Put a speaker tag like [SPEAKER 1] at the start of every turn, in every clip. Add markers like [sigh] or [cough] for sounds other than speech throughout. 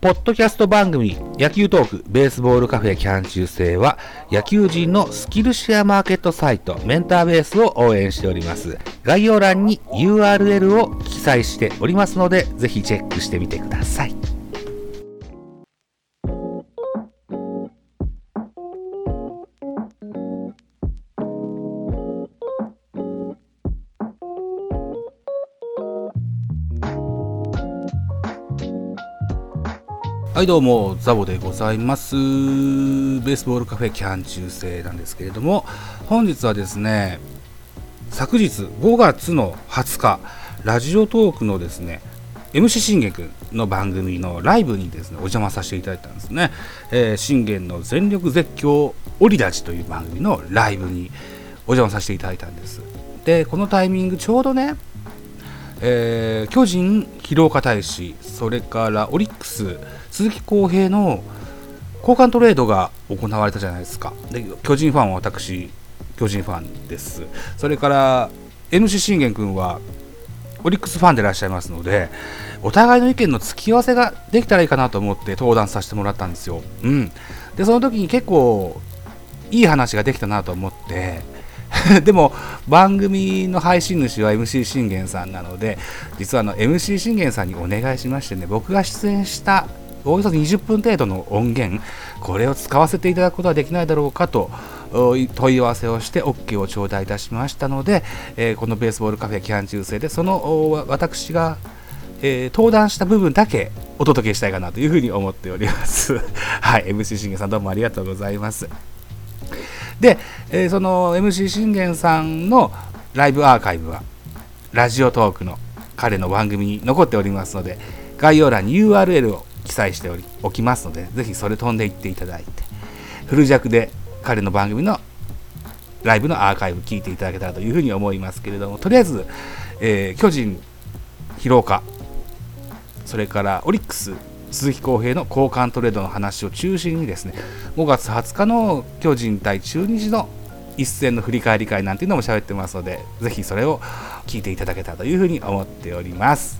[SPEAKER 1] ポッドキャスト番組野球トークベースボールカフェキャン中制は野球人のスキルシェアマーケットサイトメンターベースを応援しております概要欄に URL を記載しておりますのでぜひチェックしてみてくださいはいどうもザボでございますベースボールカフェキャン中制なんですけれども本日はですね昨日5月の20日ラジオトークのですね MC 信玄君の番組のライブにですねお邪魔させていただいたんですね、えー、信玄の全力絶叫オリラジという番組のライブにお邪魔させていただいたんですでこのタイミングちょうどねえー巨人、広岡大使それからオリックス、鈴木康平の交換トレードが行われたじゃないですか、で巨人ファンは私、巨人ファンです、それから MC 信玄君はオリックスファンでいらっしゃいますので、お互いの意見の突き合わせができたらいいかなと思って登壇させてもらったんですよ。うん、でその時に結構いい話ができたなと思って [laughs] でも番組の配信主は MC 信玄さんなので実はあの MC 信玄さんにお願いしましてね僕が出演したおよそ20分程度の音源これを使わせていただくことはできないだろうかとおい問い合わせをして OK を頂戴いたしましたので、えーこのベースボールカフェキャン中制でそのおわ私がえー登壇した部分だけお届けしたいかなというふうに思っております。 [laughs] はい、MC 信玄さんどうもありがとうございます。で、えーその MC 信玄さんのライブアーカイブはラジオトークの彼の番組に残っておりますので概要欄に URL を記載しておりおきますのでぜひそれ飛んでいっていただいてフル弱で彼の番組のライブのアーカイブ聞いていただけたらというふうに思いますけれどもとりあえず、えー巨人広岡それからオリックス鈴木康平の交換トレードの話を中心にですね5月20日の巨人対中日の一戦の振り返り会なんていうのも喋ってますのでぜひそれを聞いていただけたらというふうに思っております。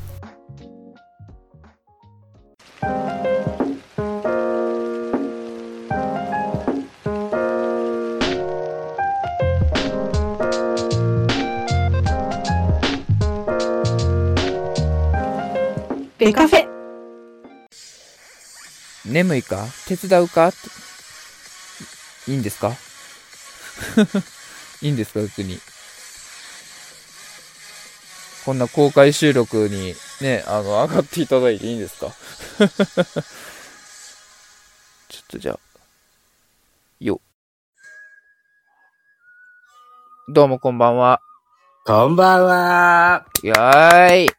[SPEAKER 2] ベカフェ
[SPEAKER 3] 眠いか手伝うかいいん [laughs] ですかいいんですか別に。こんな公開収録にね、あの、上がっていただいていいんですか [laughs] ちょっとじゃあ、よ。どうもこんばんは。
[SPEAKER 4] こんばんは。
[SPEAKER 3] よーい。よ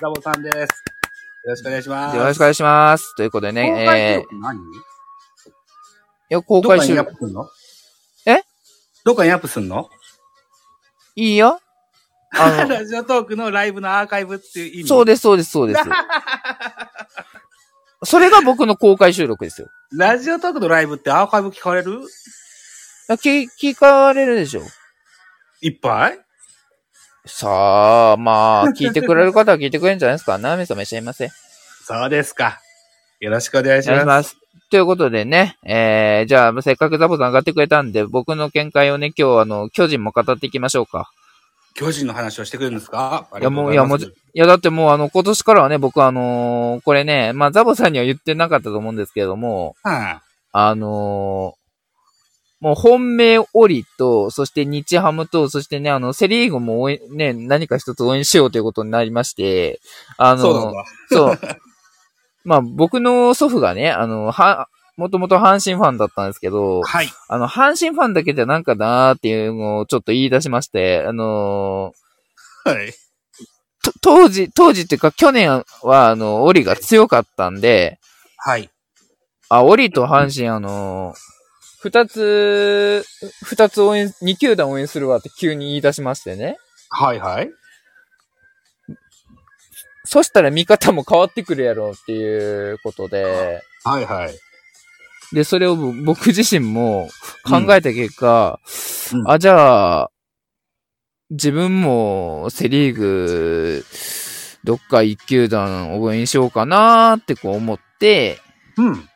[SPEAKER 4] ザボさんです。よろしくお願いします。
[SPEAKER 3] ろしくお願いします。ということで
[SPEAKER 4] 公開
[SPEAKER 3] ね、
[SPEAKER 4] 収
[SPEAKER 3] え
[SPEAKER 4] 録何、
[SPEAKER 3] ー、いや、公
[SPEAKER 4] どっ
[SPEAKER 3] 開
[SPEAKER 4] か
[SPEAKER 3] 収
[SPEAKER 4] にアッ
[SPEAKER 3] 録
[SPEAKER 4] プすんの
[SPEAKER 3] え
[SPEAKER 4] どっかにアップすんの
[SPEAKER 3] いいよ。
[SPEAKER 1] [laughs]
[SPEAKER 3] あの、
[SPEAKER 4] ラジオトークのライブのアーカイブっていう意味
[SPEAKER 3] そうです、そうです、そう
[SPEAKER 4] [laughs]
[SPEAKER 3] です。それが僕の公開収録ですよ。
[SPEAKER 4] ラジオトークのライブってアーカイブ聞かれる
[SPEAKER 3] 聞、聞かれるでしょ。
[SPEAKER 4] いっぱい
[SPEAKER 3] さあ、まあ、聞いてくれる方は聞いてくれるんじゃないですか。なめさめしゃいませ。
[SPEAKER 4] そうですか。よろしくお願いし
[SPEAKER 3] お願い
[SPEAKER 4] ま
[SPEAKER 3] し
[SPEAKER 4] す。
[SPEAKER 3] ます。ということでね、えー、じゃあ、せっかくザボさん上がってくれたんで、僕の見解をね、今日、あの、巨人も語っていきましょうか。
[SPEAKER 4] 巨人の話をしてくれるんですか
[SPEAKER 3] いや、もう、いや、もう、いや、だってもう、あの、今年からはね、僕、あのーこれね、まあ、ザボさんには言ってなかったと思うんですけれども、
[SPEAKER 4] あ
[SPEAKER 3] あのーもう本命オリと、そして日ハムと、そしてね、あの、セリーグも応援、ね、何か一つ応援しようということになりまして、あ
[SPEAKER 4] りがとう
[SPEAKER 3] のー
[SPEAKER 4] ございますうんそうなんだ。
[SPEAKER 3] そう。まあ、僕の祖父がね、あの、は、もともと阪神ファンだったんですけど、
[SPEAKER 4] はい。
[SPEAKER 3] あの、阪神ファンだけじゃなんかなーっていうのをちょっと言い出しまして、あの
[SPEAKER 4] はい。
[SPEAKER 3] ーと当時、当時っていうか去年は、あの、オリが強かったんで、
[SPEAKER 4] はい。
[SPEAKER 3] あ、オリと阪神、あのー二つ、二つ応援、二球団応援するわって急に言い出しましてね。
[SPEAKER 4] はいはい。
[SPEAKER 3] そしたら見方も変わってくるやろうっていうことで、
[SPEAKER 4] はいはい。
[SPEAKER 3] で、それをぼ僕自身も考えた結果、
[SPEAKER 4] うんうん
[SPEAKER 3] あ、じゃあ、自分もセリーグどっか一球団応援しようかなーってこう思って、
[SPEAKER 1] うん。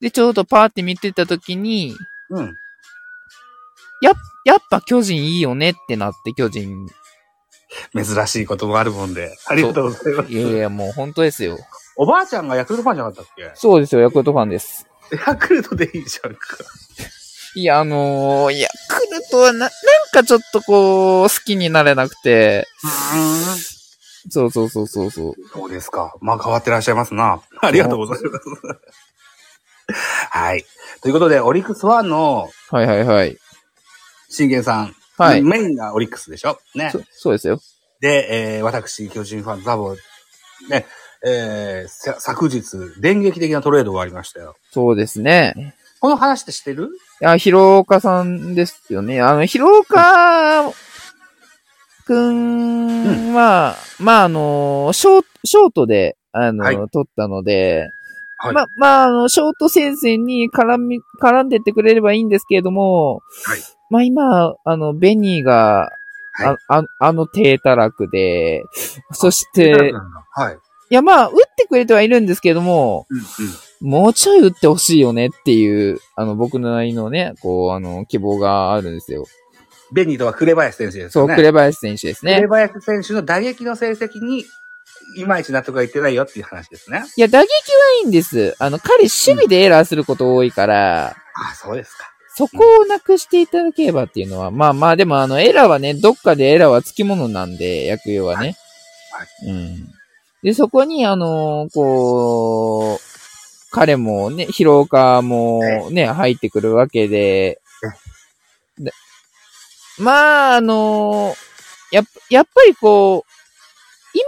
[SPEAKER 3] で、ちょうどパーって見てた時に、
[SPEAKER 1] うん。
[SPEAKER 3] やっぱ巨人いいよねってなって巨人、
[SPEAKER 1] 珍しいこともあるもんで。ありがとうございます
[SPEAKER 3] い。やい [laughs] やもう本当ですよ。
[SPEAKER 1] おばあちゃんがヤクルトファンじゃなかったっけ
[SPEAKER 3] そうですよ、ヤクルトファンです。
[SPEAKER 1] ヤクルトでいいじゃんか。
[SPEAKER 3] いや、あのー、ヤクルトはな、なんかちょっとこう、好きになれなくて、そうそうそうそうそう。
[SPEAKER 1] そうですか。まあ変わってらっしゃいますな。ありがとうございます。はい。ということで、オリックスファンの
[SPEAKER 3] はいはいはい。
[SPEAKER 1] 信玄さん。
[SPEAKER 3] はい。
[SPEAKER 1] メインがオリックスでしょ。ね
[SPEAKER 3] そ。そうですよ。
[SPEAKER 1] で、えー、私、巨人ファン、ザボ、ね、えー、さ昨日、電撃的なトレードがありましたよ。
[SPEAKER 3] そうですね。
[SPEAKER 1] この話って知ってる
[SPEAKER 3] いや、広岡さんですよね。あの、広岡くんは、まあ、あのー、ショート、ショートで、あのー、
[SPEAKER 1] はい
[SPEAKER 3] 取ったので、
[SPEAKER 1] はい
[SPEAKER 3] まあ、まあ、あの、ショート戦線に絡み、絡んでってくれればいいんですけれども、
[SPEAKER 1] はい
[SPEAKER 3] まあ今、あの、ベニーが、
[SPEAKER 1] はい
[SPEAKER 3] あああの低たらくで、そして、
[SPEAKER 1] はい。
[SPEAKER 3] いやまあ、打ってくれてはいるんですけれども、
[SPEAKER 1] うんうん。
[SPEAKER 3] もうちょい打ってほしいよねっていう、あの、僕のなりのね、こう、あの、希望があるんですよ。
[SPEAKER 1] ベニーとは紅林選手です
[SPEAKER 3] そ
[SPEAKER 1] よ
[SPEAKER 3] う、
[SPEAKER 1] ね。
[SPEAKER 3] 紅林選手ですね。
[SPEAKER 1] 紅林選手の打撃の成績に、いまいち納得がいってないよっていう話ですね。
[SPEAKER 3] いや、打撃はいいんです。あの、彼、守備でエラーすること多いから、
[SPEAKER 1] あ、そうですか。
[SPEAKER 3] そこをなくしていただければっていうのは、まあまあ、でもあの、エラーはね、どっかでエラーはつきものなんで、役用はね。
[SPEAKER 1] はい
[SPEAKER 3] うん。で、そこに、あのーこう、彼もね、広岡もね、入ってくるわけで、でまあ、あのーやっ、やっぱりこう、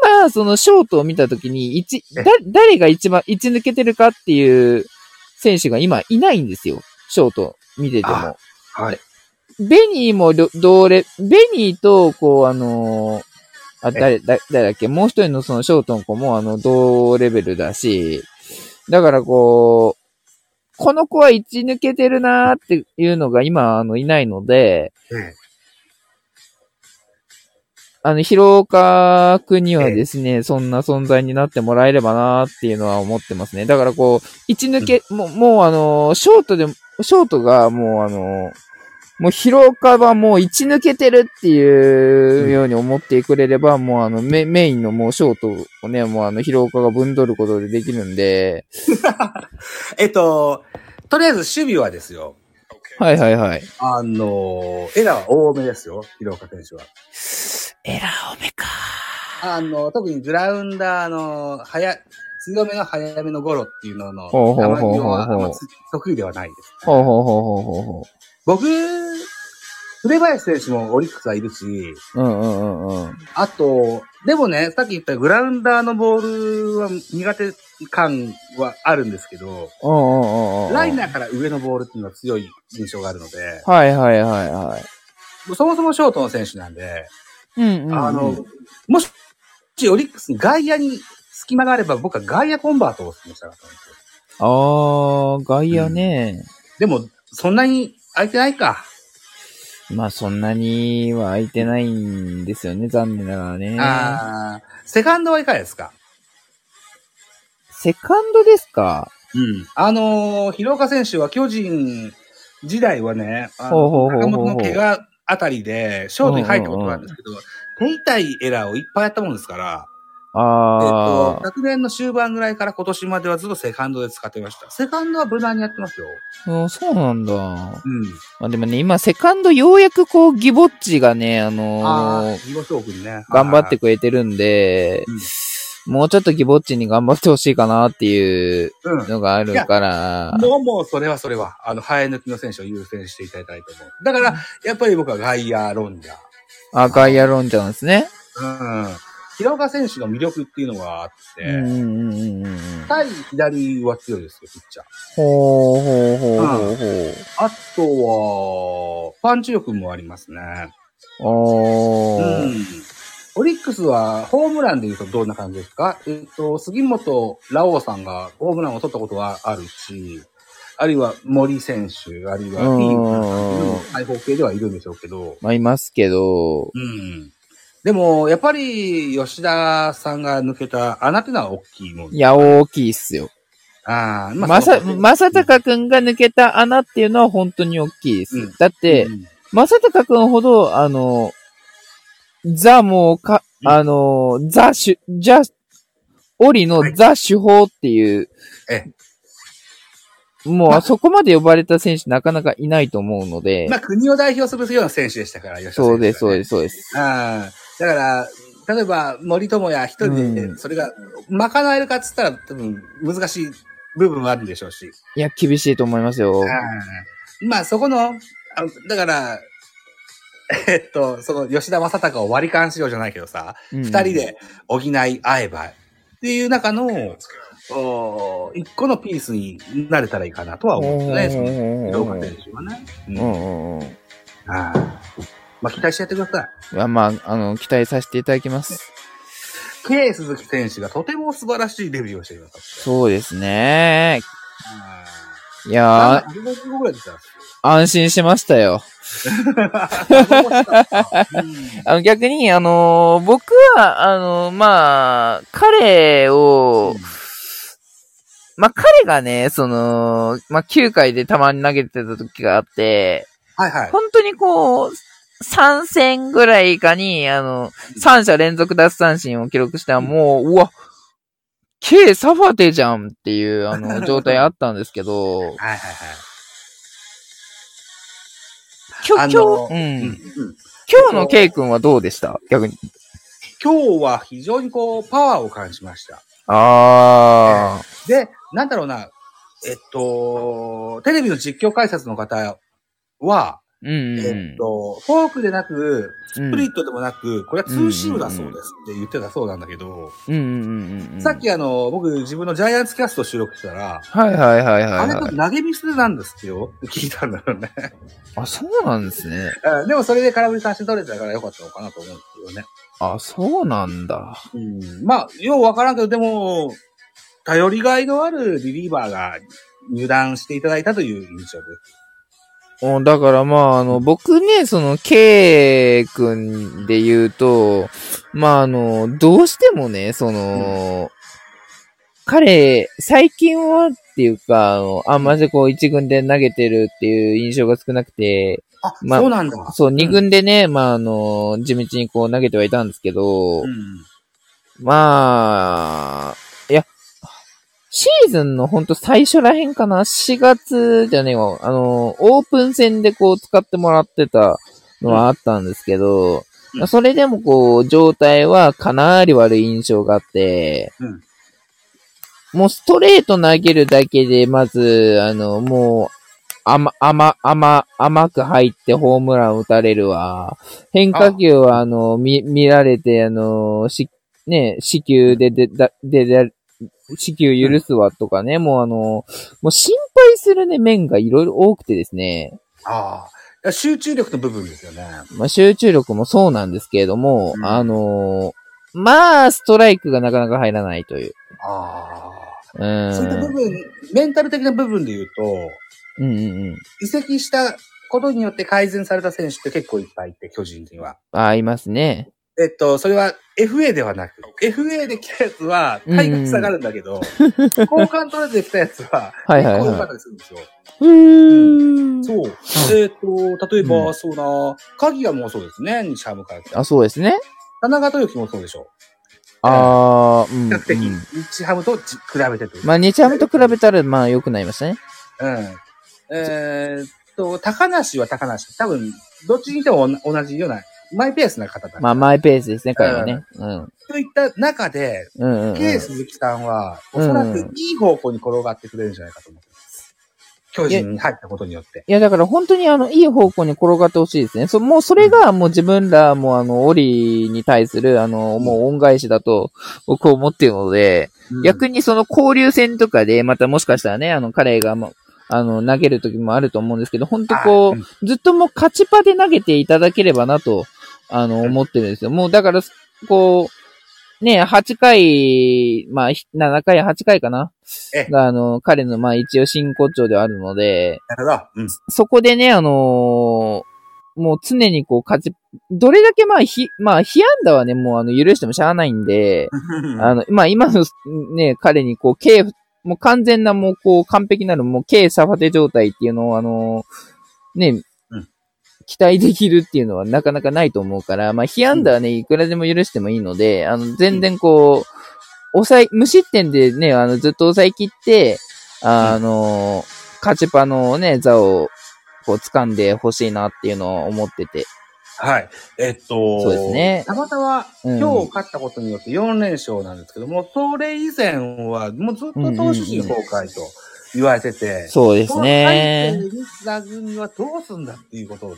[SPEAKER 3] 今、そのショートを見たときに、一、だ
[SPEAKER 1] え、
[SPEAKER 3] 誰が一番、一抜けてるかっていう選手が今いないんですよ。ショート見てても
[SPEAKER 1] あ。はい。
[SPEAKER 3] ベニーもど同レ、ベニーと、こう、あのーあ、誰、だ誰だっけもう一人のそのショートの子も、あの、同レベルだし、だからこう、この子は一抜けてるなーっていうのが今、あの、いないので、
[SPEAKER 1] ええ
[SPEAKER 3] あの、広岡くんにはですね、そんな存在になってもらえればなーっていうのは思ってますね。だからこう、一抜け、もう、もうあのー、ショートで、ショートがもうあのー、もう広岡はもう一抜けてるっていうように思ってくれれば、もうあのメ、メインのもうショートをね、もうあの、広岡がぶんどることでできるんで、
[SPEAKER 1] えっと、とりあえず守備はですよ。
[SPEAKER 3] はいはいはい。
[SPEAKER 1] あのー、エラーは多めですよ、広岡選手は。
[SPEAKER 3] エラー多めか。
[SPEAKER 1] あの、特にグラウンダーの、早、強めの早めのゴロっていうのの、
[SPEAKER 3] ほうほうほうほうほう
[SPEAKER 1] 球際はあんま得意ではないです。
[SPEAKER 3] ほうほうほうほうほうほ
[SPEAKER 1] 僕、紅林選手もオリックスはいるし、
[SPEAKER 3] う。うんうんうんうん。
[SPEAKER 1] あと、でもね、さっき言ったグラウンダーのボールは苦手感はあるんですけど、
[SPEAKER 3] うんうんうんうん。
[SPEAKER 1] ライナーから上のボールっていうのは強い印象があるので、
[SPEAKER 3] はいはいはいはい。
[SPEAKER 1] そもそもショートの選手なんで、
[SPEAKER 3] うんうん、うん。
[SPEAKER 1] あの、もし、オリックスに外野に隙間があれば、僕は外野コンバートをお勧めしたかったんですよ。
[SPEAKER 3] あー、外野ね。
[SPEAKER 1] でも、そんなに空いてないか。
[SPEAKER 3] まあそんなには空いてないんですよね、残念ながらね。
[SPEAKER 1] ああーセカンドはいかがですか
[SPEAKER 3] セカンドですか
[SPEAKER 1] うん。あのー、広岡選手は巨人時代はね、あ
[SPEAKER 3] ほ
[SPEAKER 1] の
[SPEAKER 3] うほうほうほ
[SPEAKER 1] 中
[SPEAKER 3] う
[SPEAKER 1] 本の怪我あたりで、ショートに入ったことがあるんですけど、手痛いエラーをいっぱいやったもんですから、えっ
[SPEAKER 3] あ
[SPEAKER 1] と、昨年の終盤ぐらいから今年まではずっとセカンドで使ってました。セカンドは無難にやってますよ。
[SPEAKER 3] ー、うんそうなんだ。
[SPEAKER 1] うん。
[SPEAKER 3] まあでもね、今セカンドようやくこう、ギボッチがね、あのー
[SPEAKER 1] ああ、自己紹君ね。
[SPEAKER 3] 頑張ってくれてるんで、もうちょっとギボッチに頑張ってほしいかなっていう
[SPEAKER 1] はいはい。うん。
[SPEAKER 3] のがあるから、
[SPEAKER 1] もうもうそれはそれは、あの、生え抜きの選手を優先していただきたいと思う。だから、やっぱり僕は外野論者。
[SPEAKER 3] あ、外野論者なんですね。
[SPEAKER 1] うん。平岡選手の魅力っていうのがあって、
[SPEAKER 3] うんうんうんうんうん。
[SPEAKER 1] 対左は強いですよ、ピッチャー。
[SPEAKER 3] ほうほうほうほうほう。
[SPEAKER 1] あとは、パンチ力もありますね。う
[SPEAKER 3] おー。
[SPEAKER 1] ん。オリックスは、ホームランで言うとどんな感じですかえっと、杉本ラオウさんがホームランを取ったことはあるし、あるいは森選手、あるいは、
[SPEAKER 3] うん
[SPEAKER 1] いい、解放系ではいるんでしょうけど、
[SPEAKER 3] まあ、いますけど、
[SPEAKER 1] うん。でも、やっぱり、吉田さんが抜けた穴ってのは大きいもん。
[SPEAKER 3] いや、大きいっすよ。
[SPEAKER 1] ああ、
[SPEAKER 3] まさ、まさた
[SPEAKER 1] か
[SPEAKER 3] かくんが抜けた穴っていうのは本当に大きいです。
[SPEAKER 1] うん
[SPEAKER 3] だって、まさたかくんほど、あの、ザもうか、
[SPEAKER 1] うん
[SPEAKER 3] あの、ザ主、じゃ、オリのザ手法っていう、
[SPEAKER 1] え
[SPEAKER 3] も
[SPEAKER 1] ま
[SPEAKER 3] うそこまで呼ばれた選手なかなかいないと思うので、
[SPEAKER 1] まあ、国を代表するような選手でしたから、吉田選手、。
[SPEAKER 3] そうです、そうですす、そうです。
[SPEAKER 1] ああ、だから、例えば、森友哉一人
[SPEAKER 3] う
[SPEAKER 1] で、
[SPEAKER 3] ん
[SPEAKER 1] それが、賄えるかっつったら、多分、難しい部分はあるでしょうし。
[SPEAKER 3] いや、厳しいと思いますよ
[SPEAKER 1] あ。あまあ、そこの、あだから、えっと、その、吉田正尚を割り勘しようじゃないけどさ、
[SPEAKER 3] 二、
[SPEAKER 1] 二人。で補い合えばっていう中の、おー一個のピースになれたらいいかなとは思うんですよね。
[SPEAKER 3] うん
[SPEAKER 1] どうか選手はね。う。
[SPEAKER 3] うんんうんうん。
[SPEAKER 1] ああまあ、期待してやってください。
[SPEAKER 3] まあまあ、あの、期待させていただきます。
[SPEAKER 1] K 鈴木選手がとても素晴らしいデビューをしてくださっ
[SPEAKER 3] そうですね。
[SPEAKER 1] た。
[SPEAKER 3] いやー、
[SPEAKER 1] あ、15ぐらいでした。
[SPEAKER 3] 安心しましたよ。あの、逆に、あのー僕は、あのーまあ、彼を、まあ、彼がね、その、まあ、9回でたまに投げてた時があって、
[SPEAKER 1] はいはい。
[SPEAKER 3] 本当にこう、3戦ぐらいかに、あの、3者連続奪三振を記録したらもう、うわ、K サファテじゃんっていう、あの、状態あったんですけ
[SPEAKER 1] [laughs]
[SPEAKER 3] ど、
[SPEAKER 1] はいはいはい。
[SPEAKER 3] 今
[SPEAKER 1] あ
[SPEAKER 3] 日、今
[SPEAKER 1] の
[SPEAKER 3] 日、う
[SPEAKER 1] うん
[SPEAKER 3] ん、
[SPEAKER 1] うん
[SPEAKER 3] 今日の K 君はどうでした逆に。
[SPEAKER 1] 今日は非常にこう、パワーを感じました。
[SPEAKER 3] あー。
[SPEAKER 1] で、なんだろうな、えっと、テレビの実況解説の方は、
[SPEAKER 3] うんうん
[SPEAKER 1] えっと、フォークでなく、
[SPEAKER 3] う
[SPEAKER 1] ス
[SPEAKER 3] ん
[SPEAKER 1] プリットでもなく、これはツーシームだそうですって言ってたそうなんだけど、
[SPEAKER 3] うんうんうんうん。
[SPEAKER 1] さっ。きあの、僕自分のジャイアンツキャスト収録したら、
[SPEAKER 3] はいはいはいは
[SPEAKER 1] あ
[SPEAKER 3] い、
[SPEAKER 1] れと
[SPEAKER 3] はい。
[SPEAKER 1] 投げミスなんですよって聞いたんだよね。
[SPEAKER 3] あ、そうなんですね。
[SPEAKER 1] うん [laughs] でもそれで空振り三振取れてたから良かったのかなと思うんですよね。
[SPEAKER 3] あ、そうなんだ。
[SPEAKER 1] うん、まあ、ようわからんけど、でも、頼りがいのあるリリーバーが入団していただいたという印象です。
[SPEAKER 3] おだからまあ、あの、僕ね、その、K 君で言うと、まああの、どうしてもね、その、彼、最近はっていうか、あのあんまりこう、一軍で投げてるっていう印象が少なくて、
[SPEAKER 1] あ、
[SPEAKER 3] まあ
[SPEAKER 1] そうなんだ。
[SPEAKER 3] そう、二軍でね、まああの、地道にこう投げてはいたんですけど、
[SPEAKER 1] うん。
[SPEAKER 3] まあ、いや、シーズンのほんと最初らへんかな、4月じゃねえわ、あの、オープン戦でこう使ってもらってたのはあったんですけ
[SPEAKER 1] う
[SPEAKER 3] ど、
[SPEAKER 1] ん
[SPEAKER 3] それでもこう、状態はかなり悪い印象があって、
[SPEAKER 1] うん
[SPEAKER 3] もうストレート投げるだけで、まず、あの、もう、甘、甘、甘、甘く入ってホームラン打たれるわ。変化球は、あの、見、見られて、あの、し、ね、死球で、で、だ、で、で、死球許すわとかね、もうあの、もう心配するね、面がいろいろ多くてですね、
[SPEAKER 1] ああ。集中力の部分ですよね。
[SPEAKER 3] まあ、集中力もそうなんですけれども、
[SPEAKER 1] うん
[SPEAKER 3] あの、まあ、ストライクがなかなか入らないという。
[SPEAKER 1] あ
[SPEAKER 3] う
[SPEAKER 1] あ。そういった部
[SPEAKER 3] ん。
[SPEAKER 1] 分、メンタル的な部分で言うと、
[SPEAKER 3] うんうんうん。
[SPEAKER 1] 移籍したことによって改善された選手って結構いっぱいいて、巨人には。
[SPEAKER 3] あ、いますね。
[SPEAKER 1] えっと、それは FA ではなく、FA で来たやつは、体格下がるんだけ
[SPEAKER 3] [laughs]
[SPEAKER 1] ど、交換取れてきたやつは、
[SPEAKER 3] はいはい
[SPEAKER 1] こういう
[SPEAKER 3] は
[SPEAKER 1] 形するんですよ。
[SPEAKER 3] い。うーん。
[SPEAKER 1] そう。えっ、と、例えば、
[SPEAKER 3] う
[SPEAKER 1] そうな、鍵谷もそうですね、西ハムから来た。
[SPEAKER 3] あ、そうですね。
[SPEAKER 1] 田中豊樹もそうでしょ。
[SPEAKER 3] あー、うん。
[SPEAKER 1] 比較的、
[SPEAKER 3] うん
[SPEAKER 1] 西ハムとじ比べてという。
[SPEAKER 3] まあ、日ハムと比べたら、まあ、良くなりましたね。
[SPEAKER 1] うん。えーっと、高梨は高梨。多分、どっちにしても同同じような、マイペースな方だ。
[SPEAKER 3] まあ、マイペースですね、彼はね。うん。
[SPEAKER 1] といった中で、
[SPEAKER 3] うんうんうん。
[SPEAKER 1] K 鈴木さんは、おそら
[SPEAKER 3] うん
[SPEAKER 1] くいい方向に転がってくれるんじゃないかと思ってます。巨人に入ったことによって。
[SPEAKER 3] いや、だから本当にあの、いい方向に転がってほしいですね。そ、もうそれがもう自分らもうあの、オリに対するあの、もう恩返しだと僕は思っているので、逆にその交流戦とかで、またもしかしたらね、あの、彼がもう、あの、投げる時もあると思うんですけど、本当こ
[SPEAKER 1] あ
[SPEAKER 3] う、ずっともう勝ちパで投げていただければなと、あの、
[SPEAKER 1] うん
[SPEAKER 3] 思ってるんですよ。もうだから、こう、ね、8回、まあ、ひ7回、8回かな
[SPEAKER 1] ええ
[SPEAKER 3] が、あの、彼の、まあ、一応真骨頂ではあるので、
[SPEAKER 1] なるほど。うん。
[SPEAKER 3] そこでね、あのーもう常にこう勝ち、どれだけまあ、ひ、まあ、被安打はね、もうあの、許してもしゃあないんで、あの、まあ今のね、彼にこう、K、もう完全なもうこう、完璧なるもう、K サファテ状態っていうのをあの、ね、
[SPEAKER 1] うん
[SPEAKER 3] 期待できるっていうのはなかなかないと思うから、まあ、被安打はね、いくらでも許してもいいので、あの、全然こう、抑え、無失点でね、あの、ずっと抑え切って、あの、勝ちパのね、座を、こう、掴んでほしいなっていうのを思ってて。
[SPEAKER 1] はい。えっと、
[SPEAKER 3] そうですね
[SPEAKER 1] たまたま
[SPEAKER 3] うん
[SPEAKER 1] 今日勝ったことによって4連勝なんですけども、それ以前はもうずっと投手陣崩壊と言われてて、
[SPEAKER 3] そうで
[SPEAKER 1] そ
[SPEAKER 3] す
[SPEAKER 1] の
[SPEAKER 3] ね。
[SPEAKER 1] 相手に打つ打組はどうすんだっていうこと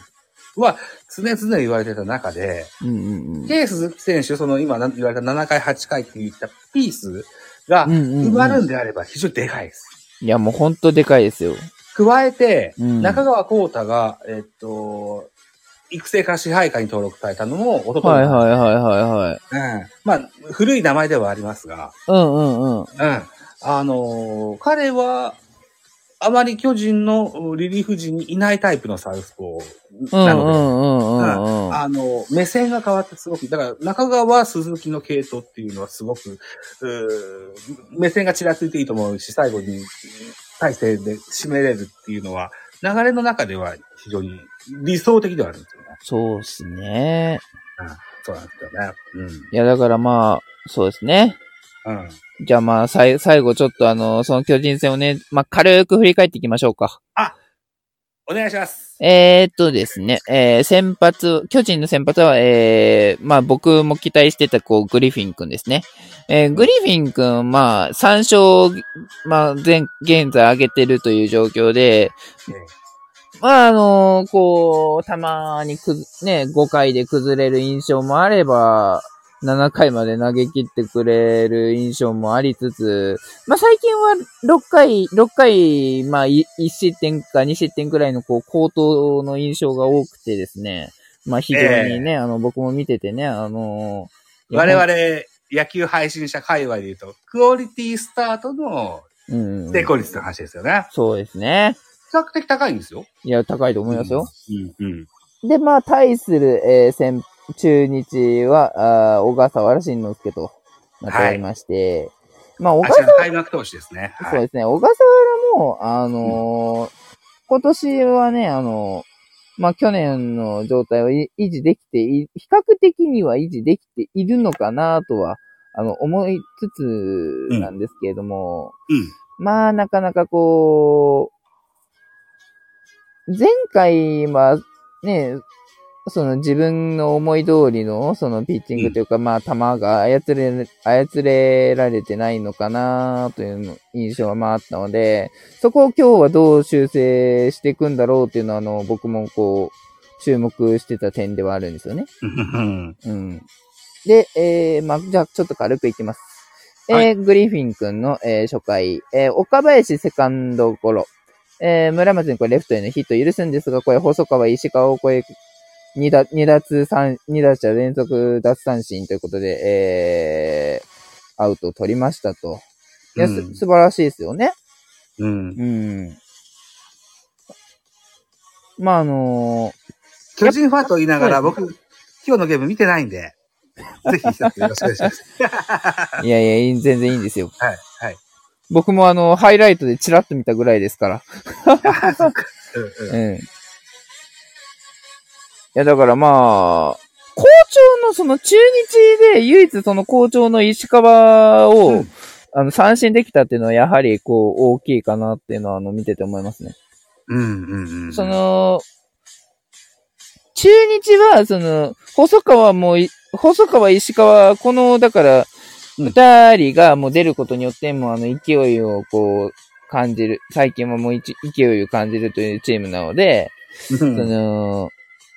[SPEAKER 1] は常々言われてた中で、
[SPEAKER 3] うんうんうん。
[SPEAKER 1] ケース鈴木選手、その今言われた7回、8回って言ったピースが
[SPEAKER 3] うんうんう
[SPEAKER 1] 埋
[SPEAKER 3] ん
[SPEAKER 1] まるんであれば非常にでかいです。
[SPEAKER 3] いや、もうほんとでかいですよ。
[SPEAKER 1] 加えて、
[SPEAKER 3] うん
[SPEAKER 1] 中川幸太が、えっと、育成から支配下に登録されたのも、おとと
[SPEAKER 3] はいはいはいはいはい。
[SPEAKER 1] うんまあ、古い名前ではありますが、
[SPEAKER 3] うんうんうん。
[SPEAKER 1] うん。あのー彼は、あまり巨人のリリーフ陣にいないタイプのサウスポー
[SPEAKER 3] うんう
[SPEAKER 1] なので、
[SPEAKER 3] んうんうんうん。
[SPEAKER 1] あの、目線が変わってすごく、だから中川鈴木の系統っていうのはすごく、うー目線がちらついていいと思うし、最後に体勢で締めれるっていうのは、流れの中では非常に理想的ではあるんですよね。
[SPEAKER 3] そうっすね。
[SPEAKER 1] そうなんですよね。
[SPEAKER 3] いや、だからまあ、そうですね。
[SPEAKER 1] うん。うん。
[SPEAKER 3] じゃあまあ、さい最後ちょっとあの、その巨人戦をね、まあ、軽く振り返っていきましょうか。
[SPEAKER 1] お願いします。
[SPEAKER 3] えー、っとですね、えー、先発、巨人の先発は、えー、まあ僕も期待してた、こう、グリフィン君ですね。えー、グリフィン君、まあ、3勝、まあ、全、現在上げてるという状況で、まあ、あのーこう、たまにくず、ね、5回で崩れる印象もあれば、7回まで投げ切ってくれる印象もありつつ、まあ、最近は6回、6回、まあ、い1失点か2失点くらいの、こう、高騰の印象が多くてですね、まあ、非常にね、あの、僕も見ててね、あのー
[SPEAKER 1] 我、々、野球配信者界隈で言うと、クオリティスタートの
[SPEAKER 3] うん、
[SPEAKER 1] 成功率の話ですよね。
[SPEAKER 3] そうですね。
[SPEAKER 1] 比較的高いんですよ。
[SPEAKER 3] いや、高いと思いますよ。
[SPEAKER 1] うん。うん。
[SPEAKER 3] で、まあ、対する、えー、先、中日は、あー小笠原慎之介となっておりまして、まあ、小
[SPEAKER 1] あ
[SPEAKER 3] 笠
[SPEAKER 1] ちらの開幕投手ですね。
[SPEAKER 3] 原、
[SPEAKER 1] は
[SPEAKER 3] そう
[SPEAKER 1] い。
[SPEAKER 3] ですね、小笠原も、あのー今年はね、あのーまあ、去年の状態をい維持できてい、比較的には維持できているのかなとは、あの、思いつつなんですけれども、
[SPEAKER 1] うん。
[SPEAKER 3] まあ、なかなかこう、前回はね、その自分の思い通りのそのピッチングというか、まあ球が操れ、操れられてないのかなというの印象はまああったので、そこを今日はどう修正していくんだろうっていうのは、あの、僕もこう、注目してた点ではあるんですよね。
[SPEAKER 1] うん
[SPEAKER 3] うん。で、えー、まあ、じゃあちょっと軽くいきます。えー
[SPEAKER 1] は
[SPEAKER 3] グリフィン君の、えー初回、えー岡林セカンドゴロ、えー村松にこれレフトへのヒットを許すんですが、これ細川、石川をこえ2打、二奪三、二打者連続奪三振ということで、えー、アウトを取りましたと。いや、す
[SPEAKER 1] うん
[SPEAKER 3] 素晴らしいですよね。
[SPEAKER 1] うん。
[SPEAKER 3] うん。まあ、あのー
[SPEAKER 1] 巨人ファンと言いながら、
[SPEAKER 3] やっぱ
[SPEAKER 1] 僕、今日のゲーム見てないん [laughs] で、ぜひ一つよろしくお願いします。
[SPEAKER 3] いやいやいい、全然いいんですよ。
[SPEAKER 1] はい、はい。
[SPEAKER 3] 僕もあの、ハイライトでチラッと見たぐらいですから。
[SPEAKER 1] あそっかうんうん
[SPEAKER 3] うん。いや、だからまあ、校長のその中日で唯一その校長の石川を、
[SPEAKER 1] うん
[SPEAKER 3] あの、三振できたっていうのはやはりこう、大きいかなっていうのはあの、見てて思いますね。
[SPEAKER 1] うんうんうん。
[SPEAKER 3] そ、の、中日は、その、細川もい、細川、石川、この、だから、
[SPEAKER 1] うん
[SPEAKER 3] 二人がもう出ることによって、もうあの、勢いをこう、感じる。最近はもう一勢いを感じるというチームなので、
[SPEAKER 1] う
[SPEAKER 3] そ
[SPEAKER 1] ん
[SPEAKER 3] の、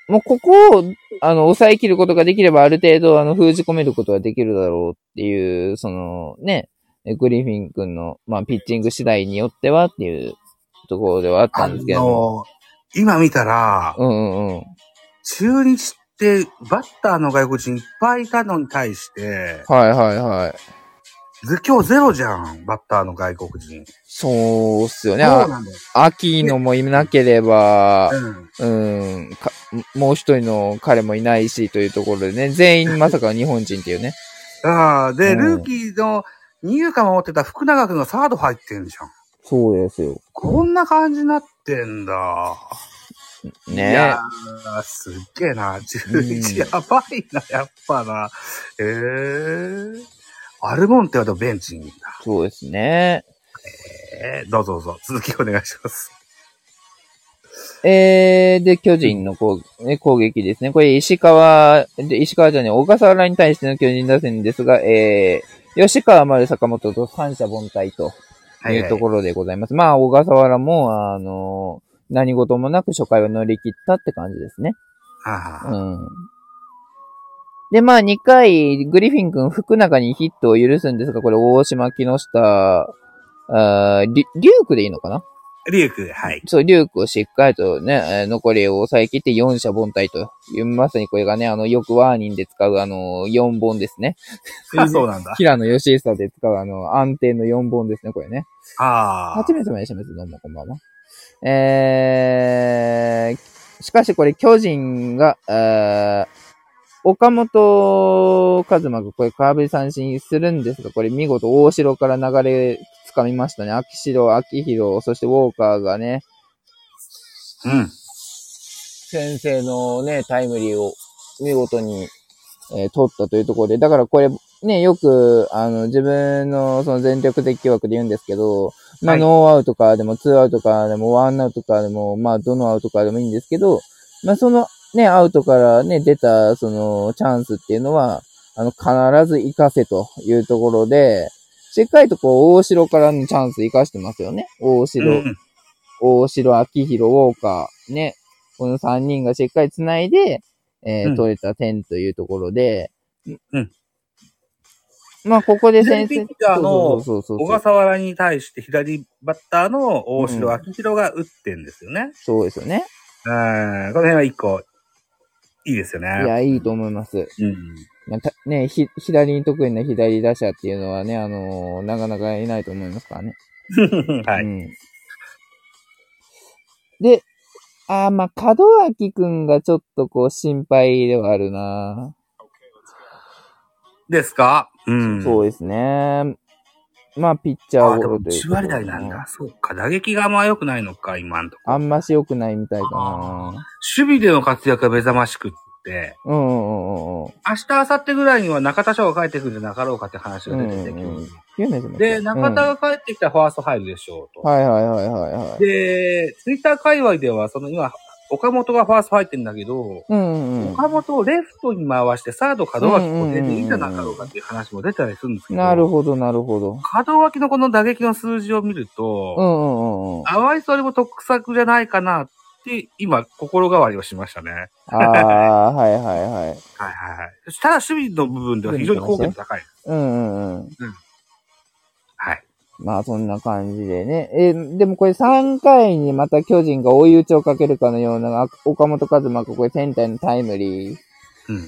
[SPEAKER 3] もうここを、あの、抑え切ることができれば、ある程度、あの、封じ込めることはできるだろうっていう、その、ね、グリフィン君の、まあ、ピッチング次第によってはっていうところではあった
[SPEAKER 1] あ
[SPEAKER 3] んですけども。
[SPEAKER 1] の、今見たら、
[SPEAKER 3] うんうんうん。
[SPEAKER 1] 中日ってバッターの外国人いっぱいいたのに対して、
[SPEAKER 3] はいはいはい。
[SPEAKER 1] ず今日ゼロじゃん、バッターの外国人。
[SPEAKER 3] そうっす
[SPEAKER 1] そ
[SPEAKER 3] よ
[SPEAKER 1] う
[SPEAKER 3] ね。あ
[SPEAKER 1] なんだよ。
[SPEAKER 3] 秋のもいなければ、
[SPEAKER 1] うん。
[SPEAKER 3] うん、かもう一人の彼もいないし、というところでね、全員まさか日本人っていうね。
[SPEAKER 1] ああ、で、
[SPEAKER 3] うん
[SPEAKER 1] ルーキーの二遊間を持ってた福永くんがサード入ってんじゃん。
[SPEAKER 3] そうですよ。
[SPEAKER 1] こんな感じになってんだ。い
[SPEAKER 3] ね
[SPEAKER 1] やー、すっげえな。
[SPEAKER 3] うん
[SPEAKER 1] 11、や [laughs] ばいな、やっぱな。ええアルモンテはでもベンチにいるんだ。
[SPEAKER 3] そうですね。
[SPEAKER 1] ええどうぞどうぞ。続きお願いします。
[SPEAKER 3] えー、で、巨人の攻ね攻撃ですね。これ、石川、で石川じゃねえ、小笠原に対しての巨人打線ですが、えー、吉川丸坂本と三者凡退と
[SPEAKER 1] い、
[SPEAKER 3] いうところでございます。まあ、小笠原も、あのー何事もなく初回は乗り切ったって感じですね。
[SPEAKER 1] ああ
[SPEAKER 3] うん。で、まあ、2回、グリフィン君、福永にヒットを許すんですが、これ、大島、木下、あーリリュークでいいのかな
[SPEAKER 1] リュウク、はい。
[SPEAKER 3] そう、リュークをしっかりとね、えー残りを抑え切って4者凡退という、まさにこれがね、あの、よくワーニンで使うあの、4本ですね。
[SPEAKER 1] あそうなんだ。
[SPEAKER 3] 平野義久で使うあの、安定の4本ですね、これね。
[SPEAKER 1] ああ
[SPEAKER 3] 初。めてまでします。どうも、こんばんは。えー、しかしこれ、巨人が、えー、岡本和真がこれ空振り三振するんですが、これ見事大城から流れ掴みましたね。秋城、秋広、そしてウォーカーがね、
[SPEAKER 1] うん。
[SPEAKER 3] 先生のね、タイムリーを見事に、えー取ったというところで、だからこれ、ね、よく、あの、自分のその全力的球枠で言うんですけど、まあ、
[SPEAKER 1] はい
[SPEAKER 3] ノーアウトからでも、ツーアウトからでも、ワンアウトからでも、まあ、どのアウトからでもいいんですけど、まあ、その、ね、アウトからね、出た、その、チャンスっていうのは、あの、必ず活かせというところで、しっかりとこう、大城からのチャンス活かしてますよね。大城、
[SPEAKER 1] うん
[SPEAKER 3] 大城、秋広、ウォーカー、ね、この3人がしっかり繋いで、えー
[SPEAKER 1] うん
[SPEAKER 3] 取れた点というところで、
[SPEAKER 1] うん
[SPEAKER 3] まあ、ここで先
[SPEAKER 1] 左
[SPEAKER 3] 生、
[SPEAKER 1] ピッチャーの
[SPEAKER 3] そうそうそう
[SPEAKER 1] 小
[SPEAKER 3] そう
[SPEAKER 1] 笠原に対して左バッターの大
[SPEAKER 3] うん
[SPEAKER 1] 城明宏が打ってんですよね。
[SPEAKER 3] そうですよね。
[SPEAKER 1] うん。この辺は一個、いいですよね。
[SPEAKER 3] いや、いいと思います。
[SPEAKER 1] うん。 [laughs]
[SPEAKER 3] まあたね、ひ、左に得意な左打者っていうのはね、あのーなかなかいないと思いますからね。
[SPEAKER 1] は
[SPEAKER 3] う
[SPEAKER 1] い。
[SPEAKER 3] ん、で、あーまあ、門脇くんがちょっとこう心配ではあるな
[SPEAKER 1] ですかうん。
[SPEAKER 3] そうですね。まあ、ピッチャ
[SPEAKER 1] あ、
[SPEAKER 3] ー
[SPEAKER 1] でも
[SPEAKER 3] ゴロという
[SPEAKER 1] 1
[SPEAKER 3] ことで
[SPEAKER 1] 割台なんだ。そうか。打撃があんま良くないのか、今んとこ。
[SPEAKER 3] あんまし良くないみたいかな。
[SPEAKER 1] 守備での活躍が目覚ましくって、
[SPEAKER 3] うんうんうんうん。
[SPEAKER 1] 明日、明後日ぐらいには中田翔が帰ってくるんじゃなかろうかって話が出てて、
[SPEAKER 3] うん
[SPEAKER 1] 急に
[SPEAKER 3] 有名です
[SPEAKER 1] で、中田
[SPEAKER 3] う
[SPEAKER 1] が
[SPEAKER 3] ん
[SPEAKER 1] 帰ってきたらファースト入るでしょうと。
[SPEAKER 3] はいはいはいはいはい。
[SPEAKER 1] で、ツイッター界隈では、その今、岡本がファースト入ってんだけど、
[SPEAKER 3] うんうん
[SPEAKER 1] 岡本をレフトに回して、サード門脇固定でいいんじゃなかろうかっていう話も出たりするんです
[SPEAKER 3] う
[SPEAKER 1] け
[SPEAKER 3] ん。
[SPEAKER 1] ど、
[SPEAKER 3] なるほどなるほど。
[SPEAKER 1] 門脇のこの打撃の数字を見ると、
[SPEAKER 3] うんうんうんうん。
[SPEAKER 1] あまりそれも得策じゃないかなって、今、心変わりをしましたね。はい
[SPEAKER 3] ああ、はいはいはい。
[SPEAKER 1] はいはい。ただ、守備の部分では非常に貢献度高い。
[SPEAKER 3] うんうんうん。
[SPEAKER 1] はい。
[SPEAKER 3] まあそんな感じでね。え、でもこれ3回にまた巨人が追い打ちをかけるかのような、あ岡本和真、ここれセンターへのタイムリー。
[SPEAKER 1] うん。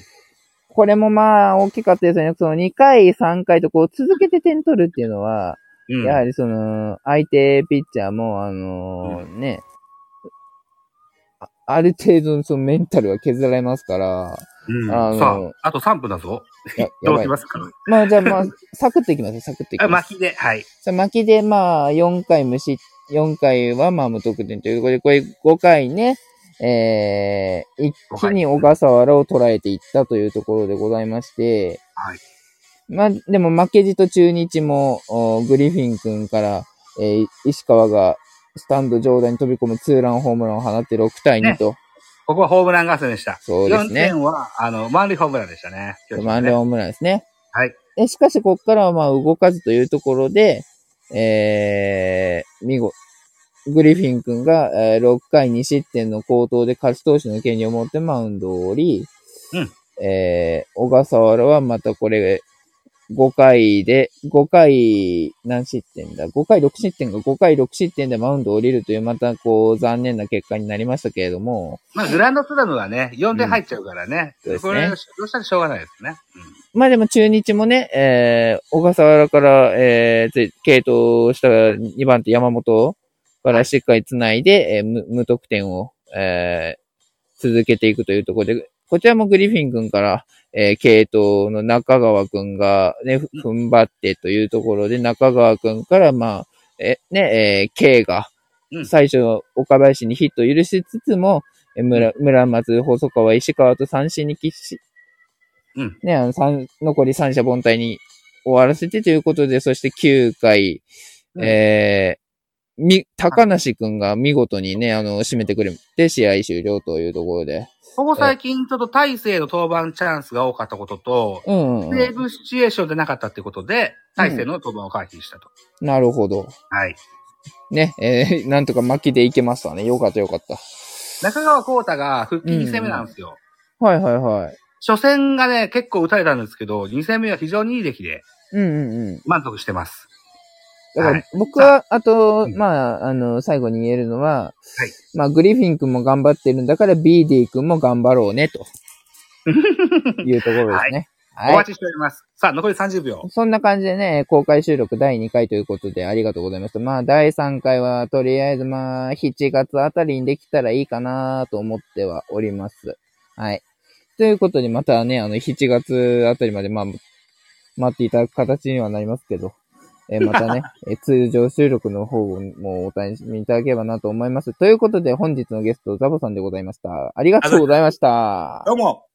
[SPEAKER 3] これもまあ大きかったですよね。その2回、3回とこう続けて点取るっていうのは、
[SPEAKER 1] うん。
[SPEAKER 3] やはりその、相手ピッチャーも、あのーね、あある程度のそのメンタルは削られます
[SPEAKER 1] [laughs]
[SPEAKER 3] から、
[SPEAKER 1] うん
[SPEAKER 3] あの
[SPEAKER 1] さあ、あと3分だぞ。
[SPEAKER 3] やや
[SPEAKER 1] どう
[SPEAKER 3] ばい
[SPEAKER 1] し。ますか
[SPEAKER 3] まあじゃあまあ、サクッといきますよ、サクッといき
[SPEAKER 1] あ、
[SPEAKER 3] ます。
[SPEAKER 1] 巻きで、はい。
[SPEAKER 3] じゃあ巻きでまあ、4回無視、4回はまあ無得点ということで、これ5回ね、えー、一
[SPEAKER 1] 5
[SPEAKER 3] 気
[SPEAKER 1] 回
[SPEAKER 3] に小笠原を捉えていったというところでございまして、
[SPEAKER 1] はい。
[SPEAKER 3] まあ、でも負けじと中日も、おグリフィン君から、えー石川がスタンド上段に飛び込むツーランホームランを放って6対2
[SPEAKER 1] ね
[SPEAKER 3] と。
[SPEAKER 1] ここはホームラン合戦でした。
[SPEAKER 3] そうですね
[SPEAKER 1] 4点は、あの、満塁ホームランでしたね。
[SPEAKER 3] 満塁ホームランですね。
[SPEAKER 1] はい。
[SPEAKER 3] えしかし、ここからはまあ動かずというところで、えー、見事、グリフィン君が、えー6回2失点の好投で勝ち投手の権利を持ってマウンドを降り、
[SPEAKER 1] うん
[SPEAKER 3] えー、小笠原はまたこれ、5回で、5回何失点だ ?5 回6失点が5回6失点でマウンドを降りるという、またこう残念な結果になりましたけれども、
[SPEAKER 1] まあ、グランドスラムはね、4点入っちゃうからね。
[SPEAKER 3] うんそうで
[SPEAKER 1] これ、
[SPEAKER 3] すね
[SPEAKER 1] どうしたらしょうがないですね。
[SPEAKER 3] まあでも中日もね、えー、小笠原から、えーつい、系統した2番手山本からしっかり繋いで、えー無無得点を、え続けていくというところで、こちらもグリフィン君から、えー系統の中川君がね、ふ踏ん張ってというところで、中川君から、まあ、え、ね、えー、K が
[SPEAKER 1] う、ん
[SPEAKER 3] 最初、岡林にヒットを許しつつも、えー村、村松、細川、石川と三振に喫し、
[SPEAKER 1] うん
[SPEAKER 3] ね、あの、三、残り三者凡退に終わらせてということで、そして9回、
[SPEAKER 1] うん
[SPEAKER 3] えー、み、高梨くんが見事にね、あの、締めてくれて、試合終了というところで。
[SPEAKER 1] ここ最近、ちょっと大勢の登板チャンスが多かったことと、
[SPEAKER 3] うん、う
[SPEAKER 1] セー
[SPEAKER 3] ん。
[SPEAKER 1] ブシチュエーションでなかったってことで、大勢の登板を回避したと。
[SPEAKER 3] なるほど。
[SPEAKER 1] はい。
[SPEAKER 3] ね、えー、なん [laughs] とか巻きでいけましたね。よかったよかった。
[SPEAKER 1] 中川幸太が復帰2戦目なんですよ。
[SPEAKER 3] はいはいはい。
[SPEAKER 1] 初戦がね、結構打たれたんですけど、2戦目は非常にいい出来で
[SPEAKER 3] うんうんうん。
[SPEAKER 1] 満足してます。
[SPEAKER 3] だか
[SPEAKER 1] は
[SPEAKER 3] ら
[SPEAKER 1] い
[SPEAKER 3] 僕は、あと
[SPEAKER 1] う、ん
[SPEAKER 3] まあ、あの、最後に言えるのは、
[SPEAKER 1] はい
[SPEAKER 3] まあ、グリフィン君も頑張ってるんだから、BD 君も頑張ろうね、 [laughs] というところですね。
[SPEAKER 1] お待ちしております。さあ、残り30秒。
[SPEAKER 3] そんな感じでね、公開収録第2回ということでありがとうございました。まあ、第3回は、とりあえずまあ、7月あたりにできたらいいかなと思ってはおります。はい。ということで、またね、あの、7月あたりまで、まあ、待っていただく形にはなりますけど、えーまたね、えー通常収録の方もお楽しみいただければなと思います。ということで、本日のゲスト、ザボさんでございました。ありがとうございました。
[SPEAKER 1] どうも